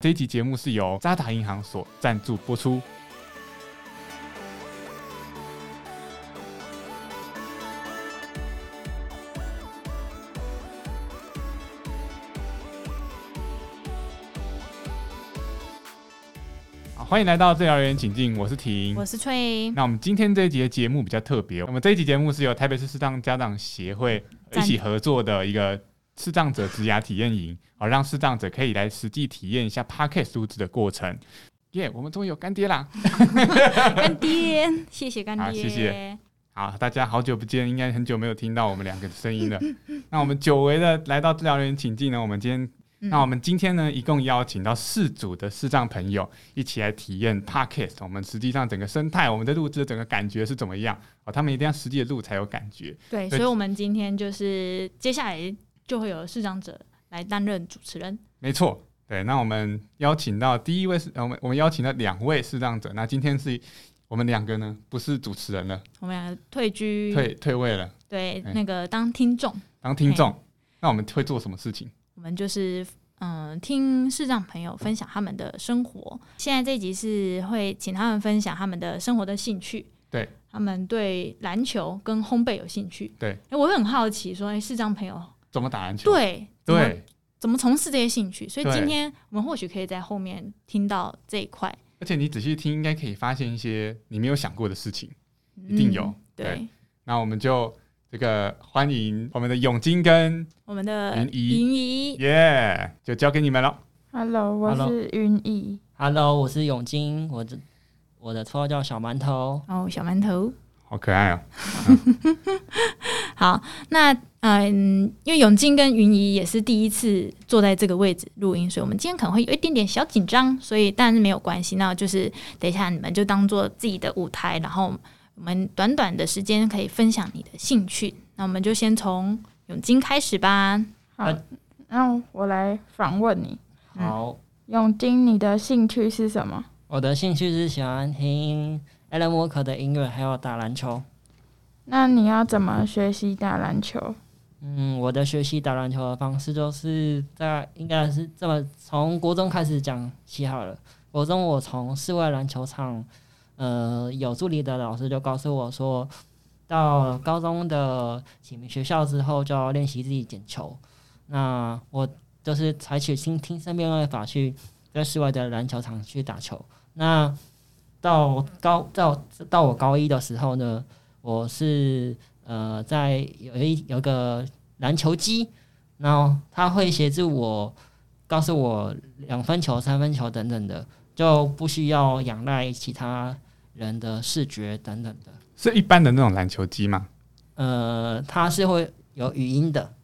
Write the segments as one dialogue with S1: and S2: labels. S1: 这一集节目是由渣打银行所赞助播出。好，欢迎来到治疗员，请进，我是婷，
S2: 我是翠英，
S1: 那我们今天这一集的节目比较特别，我们这一集节目是由台北市视障家长协会一
S2: 赞
S1: 起合作的一个视障者职涯体验营，好让视障者可以来实际体验一下 Podcast 录制的过程。耶、我们终于有干爹啦！
S2: 干爹， 谢谢干
S1: 好
S2: 爹，
S1: 谢谢。好，大家好久不见，应该很久没有听到我们两个的声音了。那我们久违的来到治疗人员请进呢，我们今天。
S2: 嗯
S1: 那我们今天呢，一共邀请到四组的视障朋友一起来体验 Podcast。我们实际上整个生态，我们的录制的整个感觉是怎么样？哦，他们一定要实际的录才有感觉。
S2: 对，所以我们今天就是接下来就会有视长者来担任主持人。
S1: 没错，对。那我们邀请到第一位是，呃我们我们邀请到两位视障者。那今天是我们两个呢，不是主持人了，
S2: 我们两个退居
S1: 退退位了，
S2: 对
S1: 哎
S2: 那个当听众，
S1: 当听众。那我们会做什么事情？
S2: 我们就是嗯、呃听视障朋友分享他们的生活。现在这一集是会请他们分享他们的生活的兴趣，
S1: 对
S2: 他们对篮球跟烘焙有兴趣。
S1: 对
S2: 哎、我会很好奇说，哎、视障朋友
S1: 怎么打篮球？
S2: 对怎么
S1: 对，
S2: 怎么从事这些兴趣，所以
S1: 对
S2: 今天我们或许可以在后面听到这一块，
S1: 而且你仔细听，应该可以发现一些你没有想过的事情。一定有
S2: 嗯对
S1: 对，那我们就这个欢迎我们的永金跟
S2: 我们的
S1: 云怡
S2: 莹怡，
S1: 耶就交给你们了。
S3: Hello，我
S4: Hello
S3: 是云逸。
S4: Hello，我是永金，我的我的绰号叫小馒头。
S2: 哦，小馒头。
S1: 好可爱哦、
S2: 好，那嗯，因为永进跟云怡也是第一次坐在这个位置录音，所以我们今天可能会有一点点小紧张，所以但是没有关系，那就是等一下你们就当做自己的舞台，然后我们短短的时间可以分享你的兴趣。那我们就先从永金开始吧。
S3: 好
S4: 呃，
S3: 那我来访问你，
S2: 嗯
S4: 好，
S3: 永金，你的兴趣是什么？
S4: 我的兴趣是喜欢听 Alan Walker 的音乐，还有打篮球。
S3: 那你要怎么学习打篮球？
S4: 嗯，我的学习打篮球的方式就是在应该是这么从国中开始讲起好了。国中我从室外篮球场，呃，有助理的老师就告诉我说，到高中的启明学校之后就要练习自己捡球。那我就是采取听听身边的法去在室外的篮球场去打球。那到高到到我高一的时候呢，我是呃，在有一有个篮球机，然后他会协助我，告诉我两分球、三分球等等的，就不需要仰赖其他人的视觉等等的。
S1: 是一般的那种篮球机吗？
S4: 呃，他是会有语音的，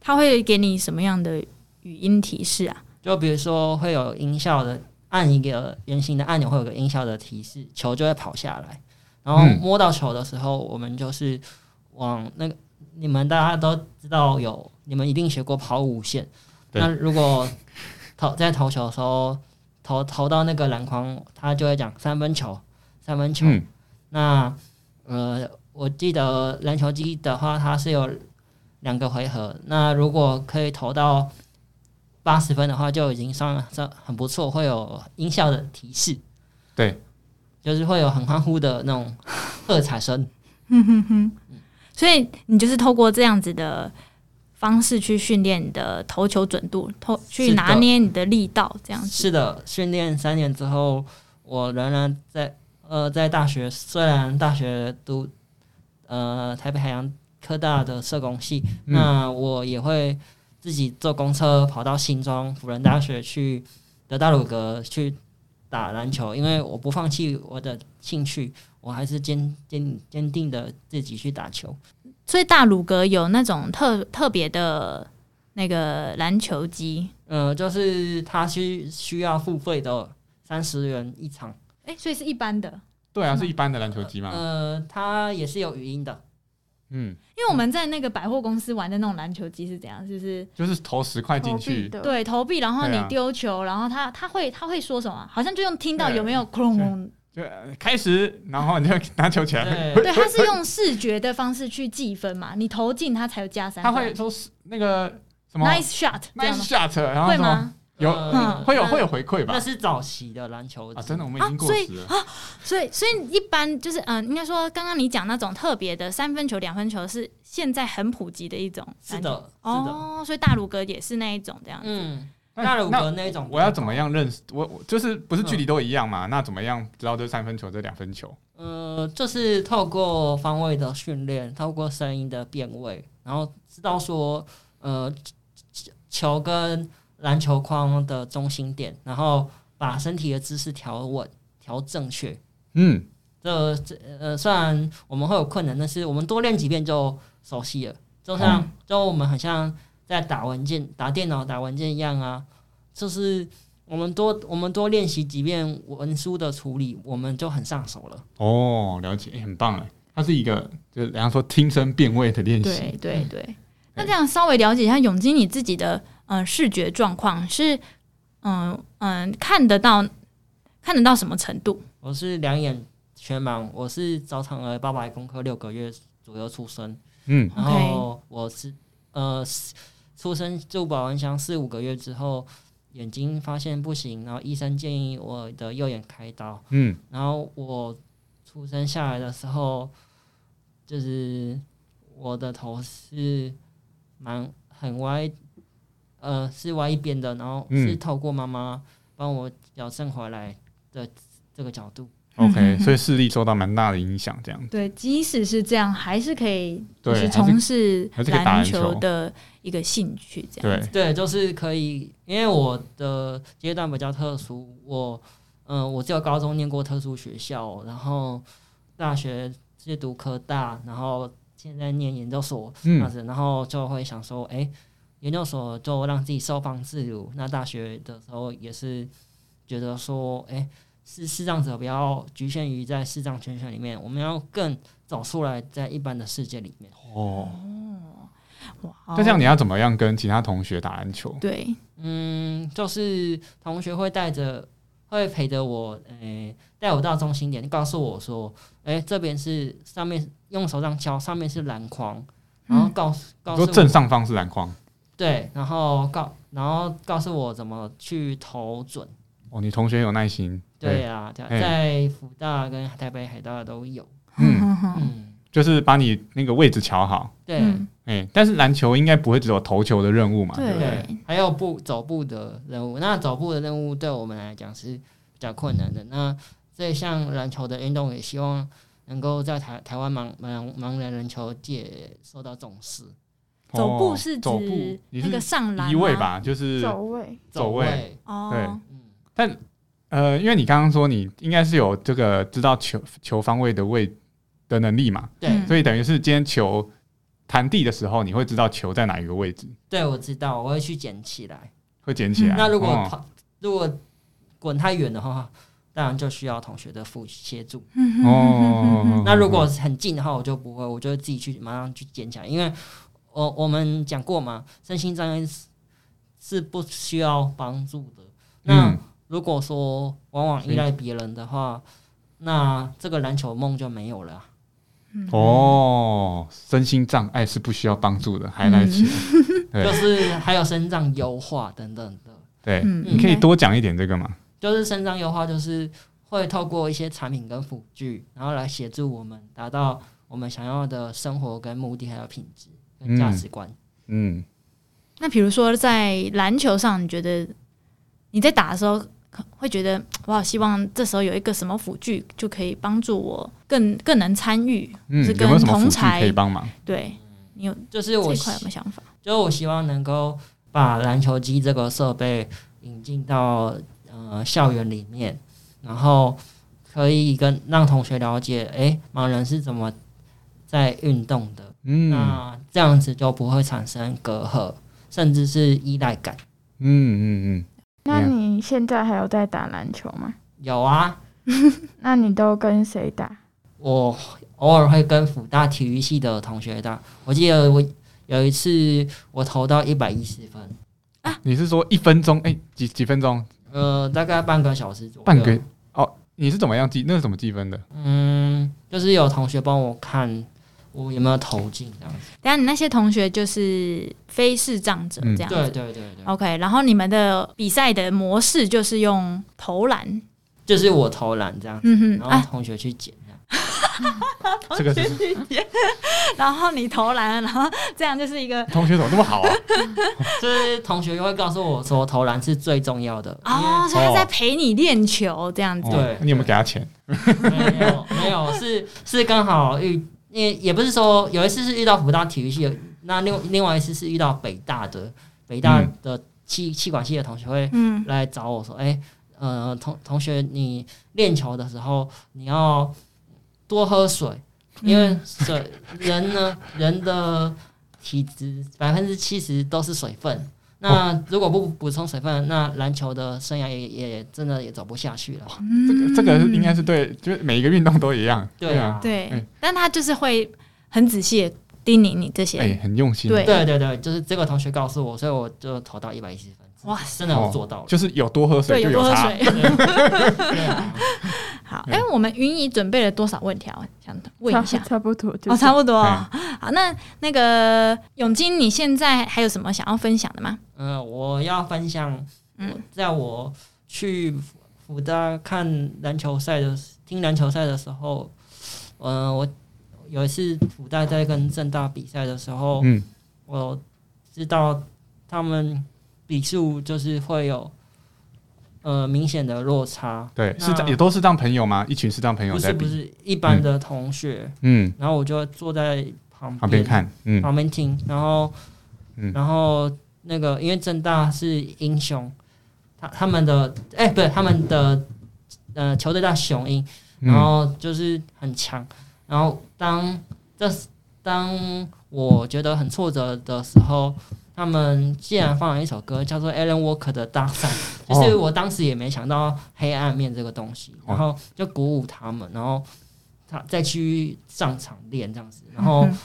S2: 他会给你什么样的语音提示啊？
S4: 就比如说会有音效的，按一个圆形的按钮会有个音效的提示，球就会跑下来。然后
S1: 嗯
S4: 摸到球的时候，我们就是往那个你们大家都知道有，你们一定学过跑五线。
S1: 对
S4: 那如果投在投球的时候投投到那个篮筐，他就会讲三分球，三分球。
S1: 嗯，
S4: 那呃，我记得篮球机的话，它是有两个回合。那如果可以投到八十分的话，就已经算算很不错，会有音效的提示，
S1: 对，
S4: 就是会有很欢呼的那种喝彩声。
S2: 所以你就是透过这样子的方式去训练你的投球准度，投去
S4: 是的
S2: 拿捏你的力道，这样子。
S4: 是的，训练三年之后，我仍然在呃在大学，虽然大学读呃台北海洋科大的社工系，
S1: 嗯
S4: 那我也会自己坐公车跑到新庄辅仁大学去德大鲁格去打篮球，因为我不放弃我的兴趣，我还是坚坚坚定的自己去打球。
S2: 所以大鲁格有那种特特别的那个篮球机，
S4: 呃，就是它需需要付费的三十元一场。
S2: 哎、所以是一般的。
S1: 对啊，是一般的篮球机吗？
S4: 呃，它也是有语音的，
S1: 嗯，
S2: 因为我们在那个百货公司玩的那种篮球机是怎样？就是
S1: 就是投十块进
S3: 投币
S1: 去，
S3: 的，
S2: 对投币，然后
S1: 对
S2: 你
S1: 啊
S2: 丢球，然后他他会他会说什么啊？好像就用听到
S1: 对
S2: 有没有哐隆，
S1: 就呃开始，然后你就拿球起来。
S4: 对，
S2: 对，他是用视觉的方式去计分嘛，你投进他才有加三
S1: 他
S2: 分。
S1: 会说是那个什么
S2: nice shot 这样
S1: nice
S2: 吗？
S1: shot，然后
S2: 会
S1: 什么
S2: 吗？
S1: 有嗯
S4: 呃
S1: 会有
S2: 那
S1: 会有回馈吧
S4: 那？是早期的篮球
S1: 啊，真的，我们已
S2: 啊
S1: 经过
S2: 所以
S1: 时了。
S2: 所以，所以一般就是，嗯、应该说，刚刚你讲那种特别的三分球、两分球是现在很普及的一种
S4: 是
S2: 篮球，
S4: 的，是的，
S2: 哦，所以大鲁格也是那一种这样子，
S4: 嗯，
S1: 那嗯
S4: 大鲁格那一种，
S1: 我要怎么？样认识我？我就是不是距离都一样嘛？那怎么样知道这三分球这两分球？
S4: 呃，就是透过方位的训练，透过声音的变位，然后知道说，呃，球跟篮球框的中心点，然后把身体的姿势调稳、调正确。
S1: 嗯，
S4: 这这呃，虽然我们会有困难，但是我们多练几遍就熟悉了。就像、就我们很像在打文件、打电脑、打文件一样啊，就是我们多我们多练习几遍文书的处理，我们就很上手了。
S1: 哦，了解，欸很棒哎，它是一个就是人家说听声辨位的练习。
S2: 对对对。那这样稍微了解一下永金你自己的嗯、呃视觉状况是嗯嗯、看得到看得到什么程度？
S4: 我是两眼全盲，我是早产儿八百公克六个月左右出生，
S1: 嗯，
S4: 然
S2: OK
S4: 后我是呃是出生住保温箱四五个月之后，眼睛发现不行，然后医生建议我的右眼开刀，
S1: 嗯，
S4: 然后我出生下来的时候，就是我的头是蛮很歪，呃，是歪一边的，然后
S1: 嗯
S4: 是透过妈妈帮我矫正回来的这个角度。
S2: 嗯
S1: OK，所以视力受到蛮大的影响，这样子。
S2: 对，即使是这样，还是可以
S1: 对
S2: 就是
S1: 还是
S2: 从事
S1: 还是可以打
S2: 篮
S1: 篮
S2: 球
S1: 球
S2: 的一个兴趣这样
S1: 对
S2: 子。，
S4: 对，就是可以，因为我的阶段比较特殊，我嗯、我只有高中念过特殊学校，然后大学是读科大，然后现在念研究所这样
S1: 嗯，
S4: 子，然后就会想说，哎、研究所就让自己收放自如。那大学的时候也是觉得说，哎、是视障者不要局限于在视障圈圈里面，我们要更走出来，在一般的世界里面。
S1: 哦，
S2: 哇哦
S1: 就像你要怎么样跟其他同学打篮球？
S2: 对，
S4: 嗯，就是同学会带着，会陪着我，诶、带我到中心点，告诉我说，诶、这边是上面用手上敲，上面是篮筐，然后告诉、告
S1: 嗯你
S4: 诉
S1: 说
S4: 我
S1: 正上方是篮筐
S4: 对，然后告然后告诉我怎么去投准，
S1: 哦，你同学有耐心。
S4: 对，啊，对啊
S1: 嘿
S4: 在福大跟台北海大都有，
S1: 嗯
S2: 嗯嗯
S4: 嗯，
S1: 就是把你那个位置瞧好。
S4: 对、
S2: 嗯，
S1: 哎，但是篮球应该不会只有投球的任务嘛？
S2: 对
S1: 对不哦对？
S4: 对，还有步走步的任务。那走步的任务对我们来讲是比较困难的。那这项篮球的运动也希望能够在台台湾盲盲盲人篮球界受到重视。
S2: 走步
S1: 哦
S2: 是指
S1: 走步，你
S2: 那个
S1: 是
S2: 上篮
S1: 移位
S2: 吗？
S1: 吧？就是
S3: 走位，
S1: 走位
S4: 位，
S2: 哦
S1: 对，
S4: 嗯，
S1: 呃，因为你刚刚说你应该是有这个知道球球方位的位的能力嘛，
S4: 对、
S2: 嗯
S1: 所以等于是今天球弹地的时候，你会知道球在哪一个位置，
S4: 对，我知道，我会去捡起来。
S1: 会捡起来。
S4: 嗯那如果
S1: 哦
S4: 跑、如果滚太远的话，当然就需要同学的辅协助。
S2: 嗯
S1: 哦，
S4: 那如果很近的话，我就不会，我就会自己去马上去捡起来，因为我我们讲过嘛，身心障碍是是不需要帮助的。那
S1: 嗯
S4: 如果说往往依赖别人的话，那这个篮球梦就没有了啊。
S1: 哦，身心障碍是不需要帮助的，还来
S2: 嗯
S1: 起来，
S4: 就
S1: 对
S4: 是还有身障优化等等的，
S1: 对，
S2: 嗯，
S1: 你可以多讲一点这个嘛。
S4: 就是身障优化就是会透过一些产品跟辅具，然后来协助我们达到我们想要的生活跟目的，还有品质跟价值观。
S1: 嗯，
S2: 那比如说在篮球上，你觉得你在打的时候可会觉得，我好希望这时候有一个什么辅具就可以帮助我更更能参与，
S1: 嗯，
S2: 是
S1: 有没有
S2: 跟
S1: 什么辅
S2: 同
S1: 助可以
S2: 才
S1: 帮忙？
S2: 对你有
S4: 就是
S2: 这
S4: 我
S2: 一块有没有想法？
S4: 就我希望能够把篮球机这个设备引进到呃校园里面，然后可以跟让同学了解，诶，盲人是怎么在运动的，
S2: 啊
S1: 嗯
S4: 那这样子就不会产生隔阂，甚至是依赖感。
S1: 嗯嗯嗯，
S3: 那
S1: Yeah
S3: 你现在还有在打篮球吗？
S4: 有啊，
S3: 那你都跟谁打？
S4: 我偶尔会跟辅大体育系的同学打，我记得我有一次我投到一百一十分，
S1: 你是说一分钟？哎，几几分钟？
S4: 呃，大概半个小时左右，
S1: 半个哦，你是怎么样计？那是怎么计分的？
S4: 嗯，就是有同学帮我看我有没有投进这样子？
S2: 等一下你那些同学就是非视障者
S1: 嗯
S2: 这样子。
S4: 对对对对，
S2: OK，然后你们的比赛的模式就是用投篮，
S4: 就是我投篮这样子，
S2: 嗯哼，
S4: 然
S2: 啊，
S4: 后同学去捡这样。
S1: 哦这个是
S2: 然后你投篮，然后这样就是一个
S1: 同学怎么这么好 啊？
S4: 就是同学会告诉我说，投篮是最重要的。
S2: 哦，所以他在陪你练球这样子。
S1: 哦你有没有给他钱？
S4: 没有没有，是是刚好遇，也也不是说有一次是遇到福大体育系的，那另另外一次是遇到北大的北大
S1: 嗯
S4: 的气气管系的同学会
S2: 嗯
S4: 来找我说，哎、呃，同同学，你练球的时候你要多喝水，因为水人呢 人的体质百分之七十都是水分。那如果不补充水分，那篮球的生涯也也也真的也走不下去了。
S1: 这个这个应该是对，就是每一个运动都一样。
S4: 对
S1: 啊
S4: 啊，，
S2: 嗯对
S1: 哎，
S2: 但他就是会很仔细的叮咛你这
S1: 哎
S2: 些。，
S1: 很用心。
S2: 对
S4: 对对对，就是这个同学告诉我，所以我就投到一百一十分，
S2: 哇，
S4: 真的有做到了。
S1: 哦就是有多喝水
S2: 对，
S1: 就
S2: 有多喝
S1: 差。
S2: 水。
S4: 对啊，
S2: 好，哎，我们云姨准备了多少问题啊？想问
S3: 差
S2: 一下。
S3: 差不多就
S2: 哦，
S3: 是
S2: 差不多。
S1: 哎
S2: 好，那那个永金，你现在还有什么想要分享的吗？
S4: 嗯，我要分享，
S2: 嗯
S4: 我在我去福福大看篮球赛的时听篮球赛的时候，嗯，我有一次福大在跟正大比赛的时候，
S1: 嗯，
S4: 我知道他们比数就是会有呃明显的落差，
S1: 对，
S2: 啊
S4: 那
S1: 是这也都是当朋友吗？一群是当朋友
S4: 不
S1: 在
S4: 是不
S1: 比，
S4: 是一般的同学，
S1: 嗯，
S4: 然后我就坐在旁
S1: 旁边看，嗯
S4: 旁边听，然后，
S1: 嗯
S4: 然后那个因为正大是英雄，他他们的哎、不对，他们的呃球队叫雄鹰，
S1: 嗯，
S4: 然后就是很强，然后当这当我觉得很挫折的时候。他们竟然放了一首歌，叫做 Alan Walker 的《搭讪》，
S1: 哦
S4: 就是我当时也没想到黑暗面这个东西，然后就鼓舞他们，然后他再去上场练这样子，然后
S2: 嗯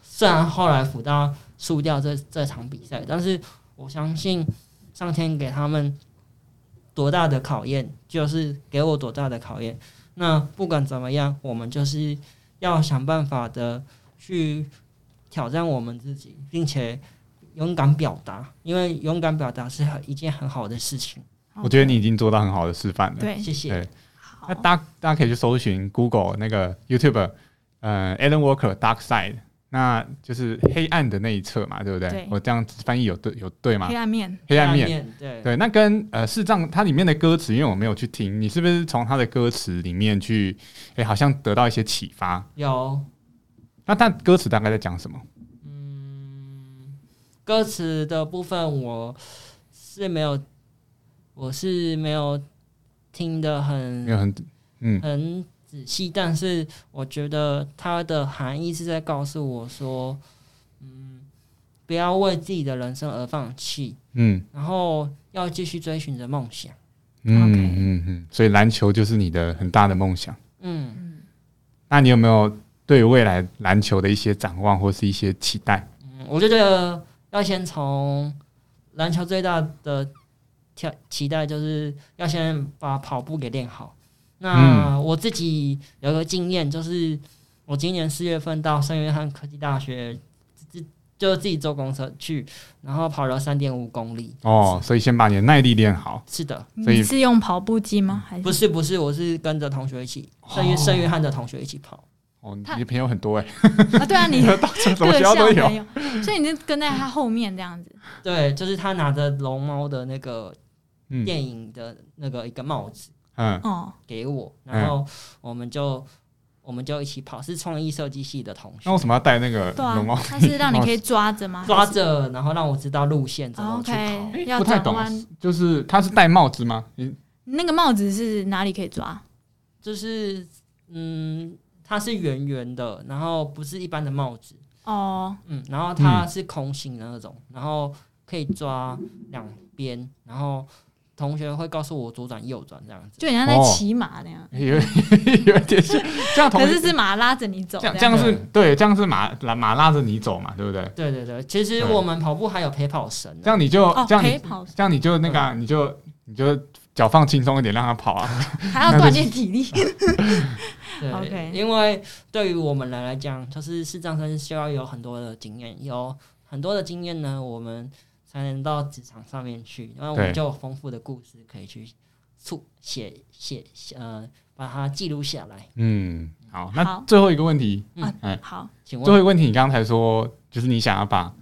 S4: 虽然后来福大输掉这这场比赛，但是我相信上天给他们多大的考验，就是给我多大的考验。那不管怎么样，我们就是要想办法的去挑战我们自己，并且勇敢表达，因为勇敢表达是很一件很好的事情。
S1: 我
S2: 哦
S1: 觉得你已经做到很好的示范了。
S2: 对，
S4: 谢谢。
S1: 对那大家大家可以去搜寻 Google 那个 YouTube，呃，Alan Walker Dark Side，那就是黑暗的那一侧嘛，对不对？
S2: 对
S1: 我这样子翻译有对有对吗
S2: 黑？暗面，
S1: 黑暗面。
S4: 面对
S1: 对，那跟呃视障它里面的歌词，因为我没有去听，你是不是从它的歌词里面去，哎、好像得到一些启发？
S4: 有
S1: 那它歌词大概在讲什么？
S4: 歌词的部分我是没有，我是没有听得
S1: 没有
S4: 很
S1: 很，嗯，
S4: 很仔细，但是我觉得它的含义是在告诉我说，嗯，不要为自己的人生而放弃，
S1: 嗯
S4: 然后要继续追寻着梦想。
S1: 嗯
S2: OK
S1: 嗯嗯，所以篮球就是你的很大的梦想。
S4: 嗯，
S1: 那你有没有对未来篮球的一些展望或是一些期待？
S4: 嗯我觉得要先从篮球最大的挑期待就是要先把跑步给练好。那我自己有个经验，就是我今年四月份到圣约翰科技大学，自就自己坐公车去，然后跑了三点五公里。
S1: 哦，所以先把你的耐力练好。
S4: 是的，
S1: 所以嗯
S2: 你是用跑步机吗？还是
S4: 不是不是，我是跟着同学一起，圣约圣约翰的同学一起跑。
S1: 哦，
S2: 他
S1: 你的朋友很多哎、
S2: 啊？ 对 啊，你
S1: 到什么哦
S2: 各
S1: 学
S2: 校
S1: 校都
S2: 朋
S1: 有。
S2: 友，所以你就跟在他后面这样子。
S4: 对，就是他拿着龙猫的那个
S1: 嗯
S4: 电影的那个一个帽子。
S1: 嗯，
S2: 哦，
S4: 给我，
S1: 嗯
S4: 然后我们就、我们就一起跑，是创意设计系的同学
S1: 那为什么要戴那个
S2: 对啊
S1: 绒毛？，
S2: 他是让你可以抓着吗？
S4: 抓着，然后让我知道路线怎
S2: 哦
S4: 么去跑。
S2: ，OK，
S1: 哎
S2: 要
S1: 不太
S2: 转
S1: 懂
S2: 弯。，
S1: 就是他是戴帽子吗？ 嗯
S2: 那个帽子是哪里可以抓？
S4: 就是嗯，它是圆圆的，然后不是一般的帽子，
S2: 哦，
S4: 嗯，然后它是空心的那种，然后可以抓两边，然后同学会告诉我左转右转这样子。
S2: 就很像在
S1: 哦
S2: 骑马那样，
S1: 有有一点像这样同
S2: 可是是马拉着你走
S1: 这样
S2: 样。
S1: 这样是
S4: 对
S1: 对，这样是马拉马拉着你走嘛，对不对？
S4: 对对对，其实
S1: 对
S4: 我们跑步还有陪跑绳
S1: 这
S4: 啊，
S1: 样你就
S2: 哦，
S1: 这样
S2: 陪
S1: 你
S2: 跑
S1: 这样你就那个啊、你就你就脚放轻松一点，让他跑啊。
S2: 还要锻炼体力。
S4: 对
S2: OK
S4: 因为对于我们来来讲，就是视障生需要有很多的经验，有很多的经验呢，我们才能到职场上面去，然后我们
S1: 对
S4: 就有丰富的故事可以去促写写写呃，把它记录下来。
S1: 嗯，好，那
S2: 好
S1: 最后一个问题，
S2: 好，
S4: 请
S1: 最后
S4: 问
S1: 一个问题，你刚才说就是你想要把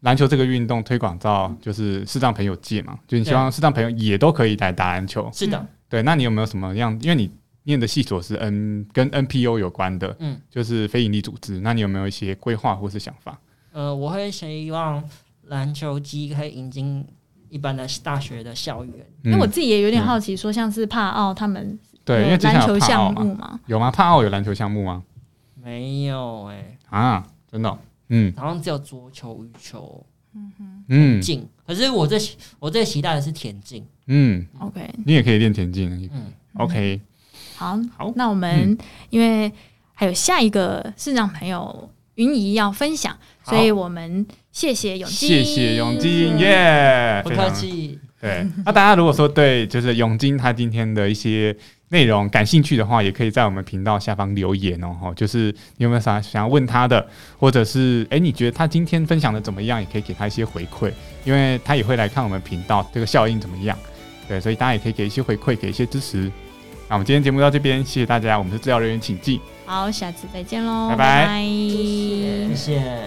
S1: 篮球这个运动推广到就是视障朋友界嘛，就是你希望视障朋友也都可以来打篮球。
S4: 是的，
S1: 对，那你有没有什么样？因为你念的系所是 N 跟 NPO 有关的，
S4: 嗯，
S1: 就是非营利组织，那你有没有一些规划或是想法？
S4: 呃，我会希望篮球机可以引进一般的大学的校园。
S2: 因为我
S1: 嗯
S2: 自己也有点好奇，说像是帕奥他们
S1: 对，因为
S2: 有
S1: 之前
S2: 篮
S1: 有
S2: 球
S1: 帕奥
S2: 项
S1: 嘛，
S2: 目嘛，
S1: 有吗？帕奥有篮球项目吗？
S4: 没有哎、
S1: 啊，真的哦、嗯
S4: 好像只有桌球、羽球、
S1: 嗯
S4: 竞。可是我最喜我最期待的是田径。
S1: 嗯，
S2: OK，
S1: 你也可以练田径。
S4: 嗯
S1: OK，
S2: 好，
S1: 好嗯
S2: 那我们、因为还有下一个市长朋友云姨要分享，
S4: 好
S2: 所以我们谢谢嗯永基，
S1: 谢谢永金，耶！哎
S4: 不
S1: 非常
S4: 客气，
S1: 对，那大家如果说对就是永金他今天的一些内容感兴趣的话，也可以在我们频道下方留言哦。吼就是你有没有啥想要问他的，或者是诶，你觉得他今天分享的怎么样，也可以给他一些回馈，因为他也会来看我们频道这个效应怎么样。对，所以大家也可以给一些回馈，给一些支持。那我们今天节目到这边，谢谢大家，我们是治疗人员，请进。
S2: 好，下次再见喽，
S1: 拜拜
S2: 拜拜
S3: 谢谢
S4: 谢谢。